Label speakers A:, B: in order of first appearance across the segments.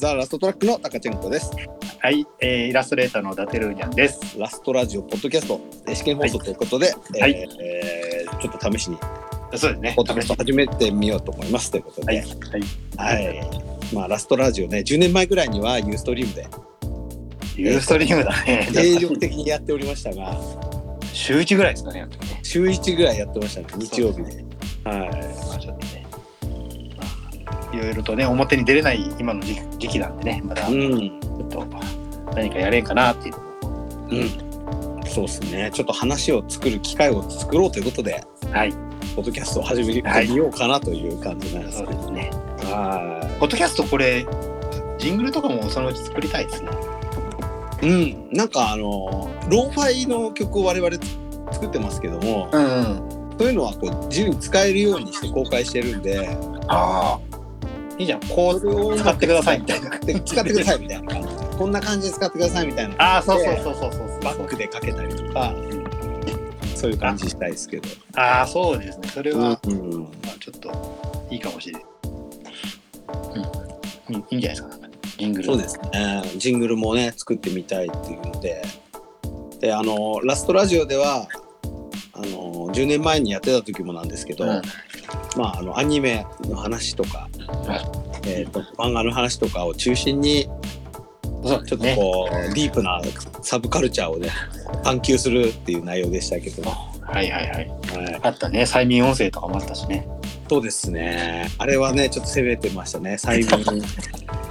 A: ラストトラックのタカチェンコです。
B: はい、えーイラストレーターのダテルーニャンです。
A: ラストラジオポッドキャストえー試験放送ということで、
B: はい
A: えーえーちょっと試しに
B: そうですね
A: ポッドキャスト始めてみようと思いますということ
B: はい、
A: で、
B: はい、
A: はい、まあラストラジオね、10年前ぐらいにはユーストリー ムで
B: ユーストリームだね。
A: 定力的にやっておりましたが、
B: 週一ぐらいですかね、やっぱりね。
A: 週1ぐらいやってましたね、日曜日で。は
B: まあちょっとねまあいろいろとね、表に出れない今の時時期なんでね、まだ
A: い。う
B: ち
A: ん、
B: ょっと何かやれんかなっていう。
A: うん。そうですね。ちょっと話を作る機会を作ろうということで、
B: はい、
A: ポッドキャストを始めてみようかなという感じなんです
B: そう
A: ね。
B: ですね。
A: はい
B: ポッドキャストこれ、ジングルとかもそのうち作りたいですね。
A: うん、なんかあのローファイの曲を我々つ作ってますけども、
B: うんうん。
A: そういうのはこう自由に使えるようにして公開してるんで
B: ああ。いいじゃん、こ
A: それを
B: う使ってくださいみたいな。
A: で使ってくださいみたいな感じこんな感じで使ってくださいみたいな
B: ああ、そうそうそうそうそうそう。
A: バックでかけたりとか
B: うん
A: そういう感じしたいですけど、
B: ああ、そうですね。それは、
A: うん、
B: まあ、ちょっといいかもしれない。うん。いいいんじゃないですか、なんかジングル。
A: そうですねジングルもね作ってみたいっていうのでであのラストラジオではあの10年前にやってた時もなんですけど、
B: うん
A: まあ、あのアニメの話とか
B: はい、
A: えー、と漫画の話とかを中心に
B: そう
A: ちょっとこう、ディープなサブカルチャーをね探求するっていう内容でしたけど、は
B: はいはいはい。
A: い、
B: あったね。催眠音声とかもあったしね。
A: そうですねあれはねちょっと攻めてましたね催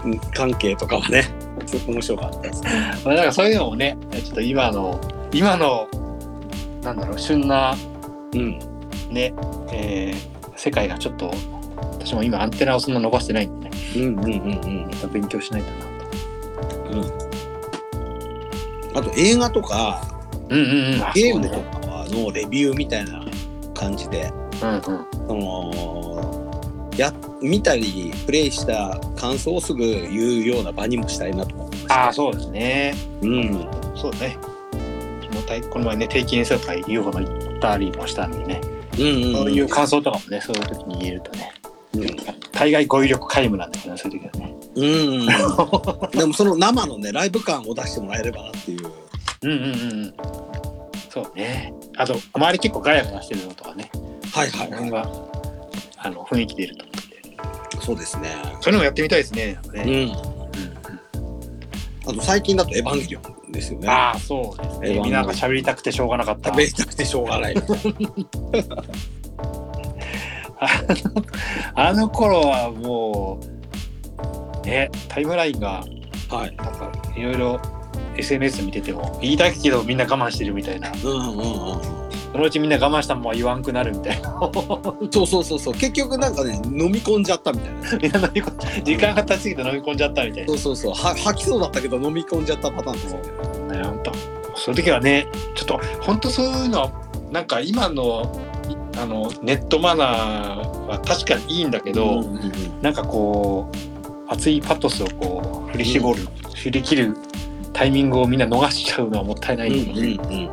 A: 眠関係とかはねすごく面白かったですね。
B: まあ、なんかそういうのもね、ちょっと今の、今の、なんだろう、旬な
A: うん
B: ね、えー世界がちょっと、私も今アンテナをそんな伸ばしてないんでね、
A: うんうんうんうん、
B: 勉強しないとなと。
A: あと映画とか
B: うんうんうん。あ
A: ゲーム
B: そう
A: とかのレビューみたいな感じで
B: ねうんうん。
A: そのや見たりプレイした感想をすぐ言うような場にもしたいなと思いました
B: ああ、そうですね。
A: うん
B: そうだね。もうたいこの前ね、定期演奏会 UFO の行ったりもしたんでね、
A: うんうん、
B: そういう感想とかもね、そういう時に言えるとね、
A: うん、
B: 大概語彙力皆無なんだけどね、そういう時はね。
A: うん、でもその生のねライブ感を出してもらえればなっていう
B: うんうんうんうん。そうね。あと、周り結構ガヤガヤしてるのとかね、
A: はいはいは
B: この
A: い、
B: 辺があの雰囲気出ると思うんで、
A: そうですね
B: そういうのもやってみたいですね。なんか
A: う
B: ね
A: んあと最近だと「エヴァンゲリオン」ですよね
B: ああ、そうです
A: え
B: ね。
A: ー
B: みんなが喋りたくてしょうがなかった。
A: 食べたくてしょうがない
B: あのあの頃はもう、ね、タイムラインが
A: はい
B: なんかいろいろ SNS 見てても言いたいけどみんな我慢してるみたいな
A: うんうん
B: そのうちみんな我慢したもんは言わんくなるみたいな
A: うんそうそうそうそう結局なんかね飲み込んじゃったみたいな
B: みんな飲み込ん時間が経ちすぎて飲み込んじゃったみたいな
A: そ、うそうそうは吐きそうだったけど飲み込んじゃったパターンですよね
B: ね、ほんとそういう時はねちょっと本当そういうのはなんか今のいあのネットマナーは確かにいいんだけど、
A: うんうんうん
B: なんかこう熱いパトスをこう振り絞る、振り切るタイミングをみんな逃しちゃうのはもったいないよ
A: うんう
B: ね。
A: んうん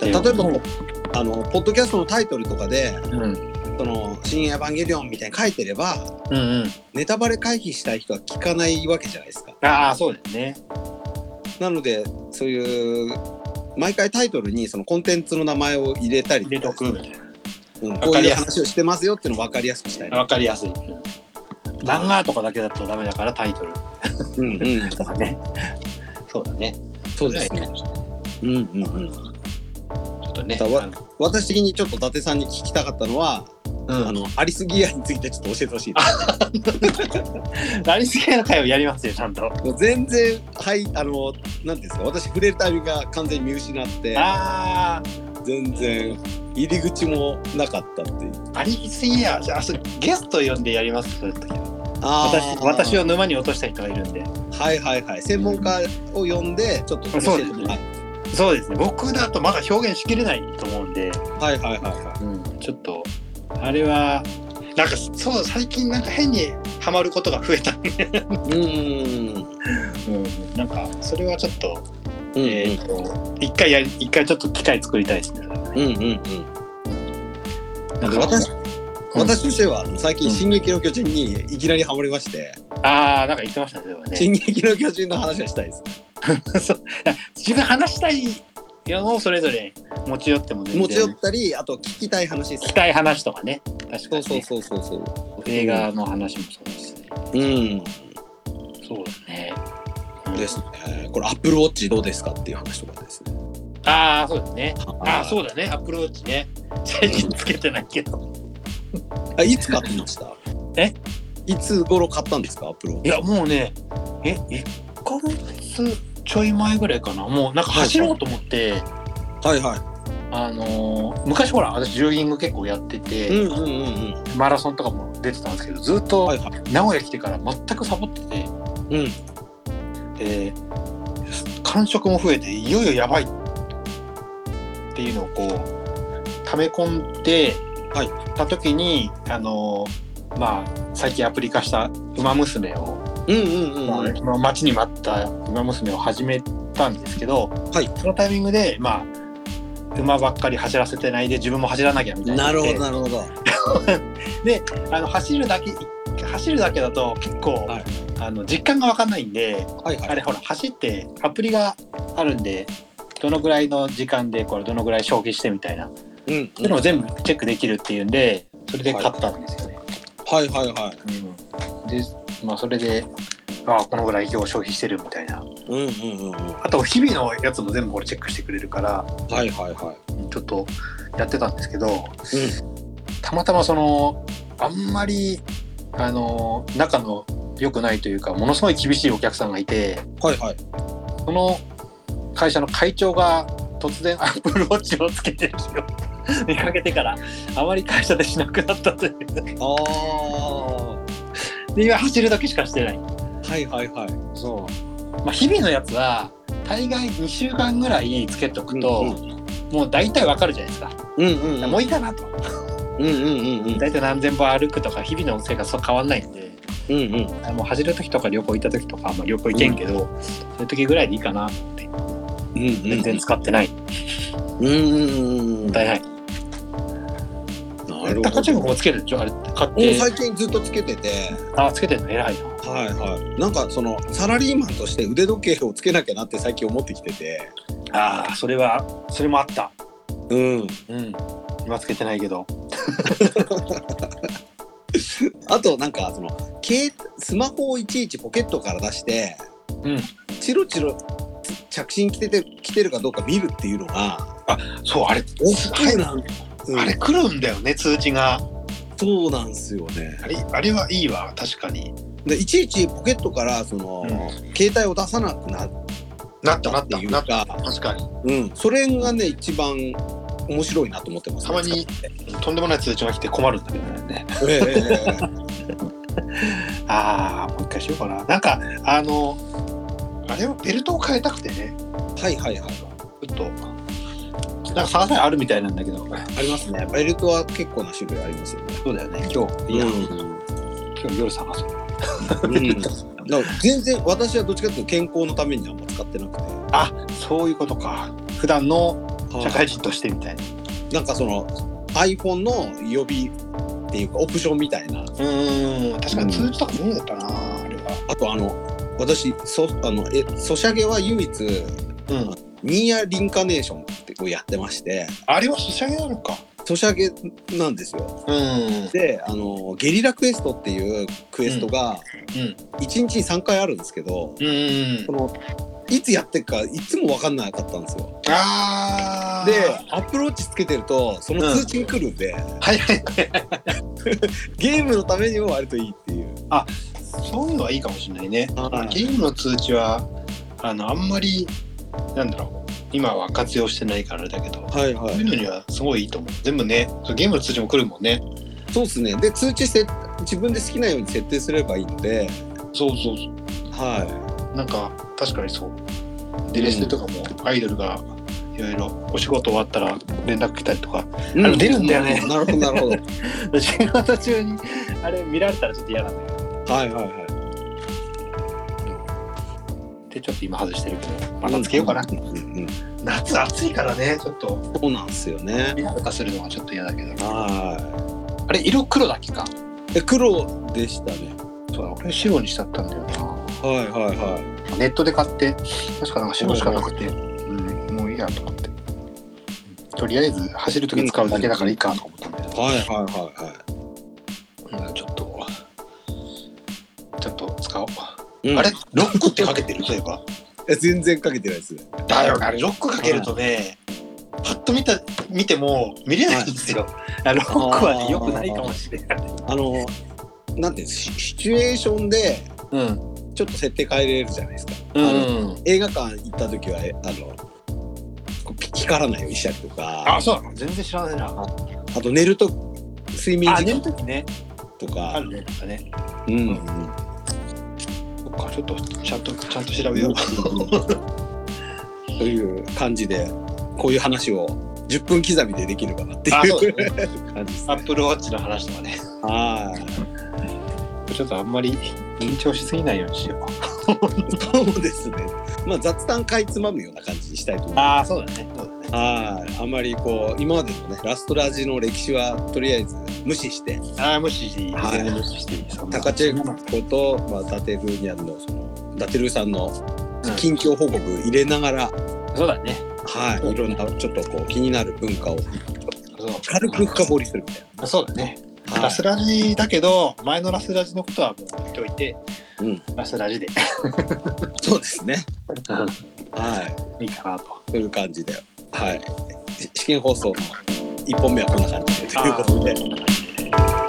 A: 例えば
B: うん
A: あのポッドキャストのタイトルとかで
B: うんうん
A: その「新エヴァンゲリオン」みたいに書いてれば
B: うん、
A: ネタバレ回避したい人は聞かないわけじゃないですか。
B: ああそうですね。
A: なのでそういう毎回タイトルにそのコンテンツの名前を入れたり
B: 入れとくみたいな。
A: うん、こ
B: わ
A: う
B: かり
A: いう
B: やすい
A: 話をしてますよっていうのを分かりやすくしたいな。
B: わかりやすい。漫画とかだけだとダメだからタイトル
A: うんうん、
B: とかね。そうだね。
A: そうですね。う
B: ち
A: んうんうん、
B: ょっとね。
A: だわ私的にちょっと伊達さんに聞きたかったのは、
B: うん
A: あのアリスギアについてちょっと教えてほしいで
B: なりすぎの会をやりますよ、ちゃんと。
A: す。もう全然はいあのなんていうんですか私触れるタイミングが完全に見失って
B: あ
A: 全然入り口もなかったっていう。
B: あ、ありすぎや。じゃあ、そゲスト呼んでやります、そういう時は
A: あー
B: 私私を沼に落とした人がいるんで。
A: はいはいはい専門家を呼んでちょっと教えてもらう
B: そうですね。僕だとまだ表現しきれないと思うんで、
A: はいはいはいは
B: ちょっと、あれは、なんか、そう、最近なんか変にハマることが増えた。
A: い。うん。
B: うん、なんか、それはちょっと、
A: うん
B: えっ、と、一回やり、一回ちょっと機械作りたいですね。
A: うんうんうん。
B: なんか
A: 私
B: うん
A: 私としては最
B: う
A: 近「
B: ん
A: 進撃の巨人」にいきなりハマりまして、
B: ああ、なんか言ってましたね。でもね
A: 進撃の巨人の話はしたいです。
B: そう 自分話したいのをそれぞれ持ち寄っても全然
A: 持ち寄ったり、あと聞きたい話で
B: 聞き
A: す。
B: たい話とかね確かに
A: そ
B: ね
A: うそうそうそうそ
B: 映画の話もそうですね
A: う。うん。
B: そうだね、
A: ですね。これ、アップルウォッチどうですかっていう話とかですね。
B: ああそうですねああ
A: う。
B: そうだねアップローチね最近つけてないけど
A: あいつ買ってました
B: え
A: いつ頃買ったんですか、アップルウォッ
B: い
A: チ。
B: やもうねえ1ヶ月ちょい前ぐらいかなもうなんか走ろうと思って、
A: はいは
B: あのー昔ほら私ジョギング結構やってて、
A: い。うんうんうんうん。
B: マラソンとかも出てたんですけどずっと
A: はいはい。
B: 名古屋来てから全くサボってて
A: うん。
B: で感触も増えていよいよやばいっていうのをこう溜め込んで
A: はい
B: た時に、あのまあ最近アプリ化した「ウマ娘を」
A: うんうんうんうん。
B: まあ待ちに待った「ウマ娘」を始めたんですけど、
A: はい
B: そのタイミングでまあ馬ばっかり走らせてないで自分も走らなきゃみたいにな
A: な
B: って
A: るほどなるほど。
B: あの走るだけ走るだけだと結構、
A: はい
B: あの実感が分かんないんで。
A: はいは
B: あれほら走ってアプリがあるんでどのぐらいの時間でこれどのぐらい消費してみたいな、って
A: い。うん
B: いうのを全部チェックできるっていうんでそれで買ったんですよね。
A: はいはいはい。
B: うんでまあそれでああこのぐらい今日消費してるみたいな
A: うんうんうんうん。は
B: あと日々のやつも全部これチェックしてくれるから
A: いはいは
B: ちょっとやってたんですけど、
A: う
B: たまたまそのあんまりあの仲の良くないというかものすごい厳しいお客さんがいて。
A: い。はいはい。
B: その会社の会長が突然アップルウォッチをつけてる人を見かけてからあまり会社でしなくなったという
A: ああ。
B: で今走るだけしかしてない
A: はいはいはい。
B: そう、まあ、日々のやつは大概2週間ぐらいつけとくと、もう大体わかるじゃないですか、
A: うんうんうん。
B: もういいかなと
A: うんうんうんうん。
B: 大体何千歩歩くとか日々の生活と変わんないんで
A: うんうん。
B: あもう走る時とか旅行行った時とか、まあ、旅行行けんけど、そういう時ぐらいでいいかなって
A: うんうん
B: 全然使ってない、
A: うんうんうん。
B: 大変
A: なる
B: 高
A: ほ
B: 千穂
A: ど。
B: もつけるでしょあれ買っ
A: もう
B: て
A: 最近ずっとつけてて、
B: あつけてるの偉いな
A: はいはい。なんかそのサラリーマンとして腕時計をつけなきゃなって最近思ってきてて、
B: ああそれはそれもあった
A: うん。
B: うん今つけてないけど
A: あとなんかその携スマホをいちいちポケットから出して、
B: うん
A: チロチロ着信来てて来てるかどうか見るっていうのが
B: そうあれ
A: 大きいな。うん
B: あれ来るんだよね通知が
A: そうなんですよね。
B: あれあれはいいわ確かに
A: でいちいちポケットからその、携帯を出さなくなっ
B: なった
A: た
B: な
A: っ
B: ってた
A: いう
B: なった
A: か、
B: 確かに
A: うん、それがね一番面白いなと思ってます、
B: たまにとんでもない通知が来て困るんだけどね
A: えええええ
B: ああもう一回しようかななんかあのあれはベルトを変えたくてね
A: えはいはいはい。
B: ちょっとなんか探せあるみたいなんだけど
A: ありますね。ベルトは結構な種類ありますよね。
B: そうだよね今日いや、
A: うん
B: 今日夜探そう
A: うんだから全然私はどっちかっていうと健康のためにあんま使ってなくて。
B: あそういうことか普段の社会人としてみたいな
A: なんかその iPhone の予備っていうかオプションみたいな
B: うーん確かに通知とか無理だったな、あれは。
A: あとあの私そあのえソシャゲは唯一
B: うん。
A: ニーヤリンカネーションってをやってまして
B: あれはソシャゲなのか。
A: ソシャゲなんですよ
B: うん。
A: であのゲリラクエストっていうクエストが
B: うん。
A: 1日に3回あるんですけど、
B: うん
A: こ。のいつやってるかいつも分かんなかったんですよ
B: ああ。
A: でアップローチつけてるとその通知に来るんで、
B: はいはい。
A: ゲームのためにも割といいっていう
B: そういうのはいいかもしれないね。
A: はい
B: ゲームの通知は、あの、あんまり、なんだろう。今は活用してないからあれだけど。
A: はいは
B: そういうのにはすごいいいと思う。全部ね、そうゲームの通知も来るもんね。
A: そうですねで通知せ自分で好きなように設定すればいいので
B: そうそうそ
A: は
B: う。なんか、確かにそう。デレステとかも、アイドルが、いろいろ、お仕事終わったら連絡来たりとか、
A: い、
B: あの出るんだよね
A: なるほどなるほど
B: 仕事中にあれ見られたらちょっと嫌なんだけど
A: はいはいはい。
B: でちょっと今外してるけど またつけようかな、
A: んんうん
B: 夏暑いからねちょっと
A: そうなんですよね。
B: 見られたするのはちょっと嫌だけど
A: は
B: あれ色黒だっけか
A: い。え、黒でしたね。
B: そうだ俺白にしちゃったんだよな
A: はいはいは
B: ネットで買って確かなんか白しかなくて、うん、もういいやと思ってとりあえず走る時使うだけだからいいかと思ったんだけど
A: い。はいはいはいは
B: うんちょっとちょっと使おう、
A: い。うん
B: あれロックってかけてるそういえば
A: え全然かけてないです。
B: だよねあれロックかけるとね、パッと見た見ても見れないんですよ、あロックはね良くないかもしれない
A: あの、なんていうんですシシチュエーションで、
B: うん
A: ちょっと設定変えれるじゃないですか。
B: うん
A: 映画館行った時は、えあの、こうピ光らないようにしたりとか、
B: あそうなの全然知らないな
A: あと寝ると、睡眠
B: あ
A: 時
B: 寝る
A: 間
B: 時ね
A: と
B: あ
A: か、
B: るねなんかね
A: うんうん。
B: そっかちょっとちゃんとちゃんと調べよう
A: という感じで、こういう話を10分刻みでできるかなって
B: あそう
A: い
B: で
A: う
B: す
A: 感じです
B: ア
A: ね。
B: ップルウォッチの話とかね
A: はい。
B: ちょっとあんまり緊張しすぎないようにしよう
A: そうですね。まあ雑談かいつまむような感じにしたいと思います。
B: ああそうだねそうだね
A: はい。あんまりこう今までのねラストラジの歴史はとりあえず無視して、
B: ああ無視していい
A: はい
B: 全然無視していいそんな
A: 高千穂子とまあダテルーニャンのそのダテルーさんの
B: うん
A: 近況報告入れながら、
B: そうだね
A: はい。いろんなちょっとこう気になる文化を
B: そう
A: 軽く深掘りするみたい
B: そうだね
A: な。
B: ラスラジだけど前のラスラジのことはもう置いといて、
A: うん
B: ラスラジで
A: そうですね。はい
B: いかなと。
A: い。という感じで、はい。試験放送の一本目はこんな感じでということで。
B: で。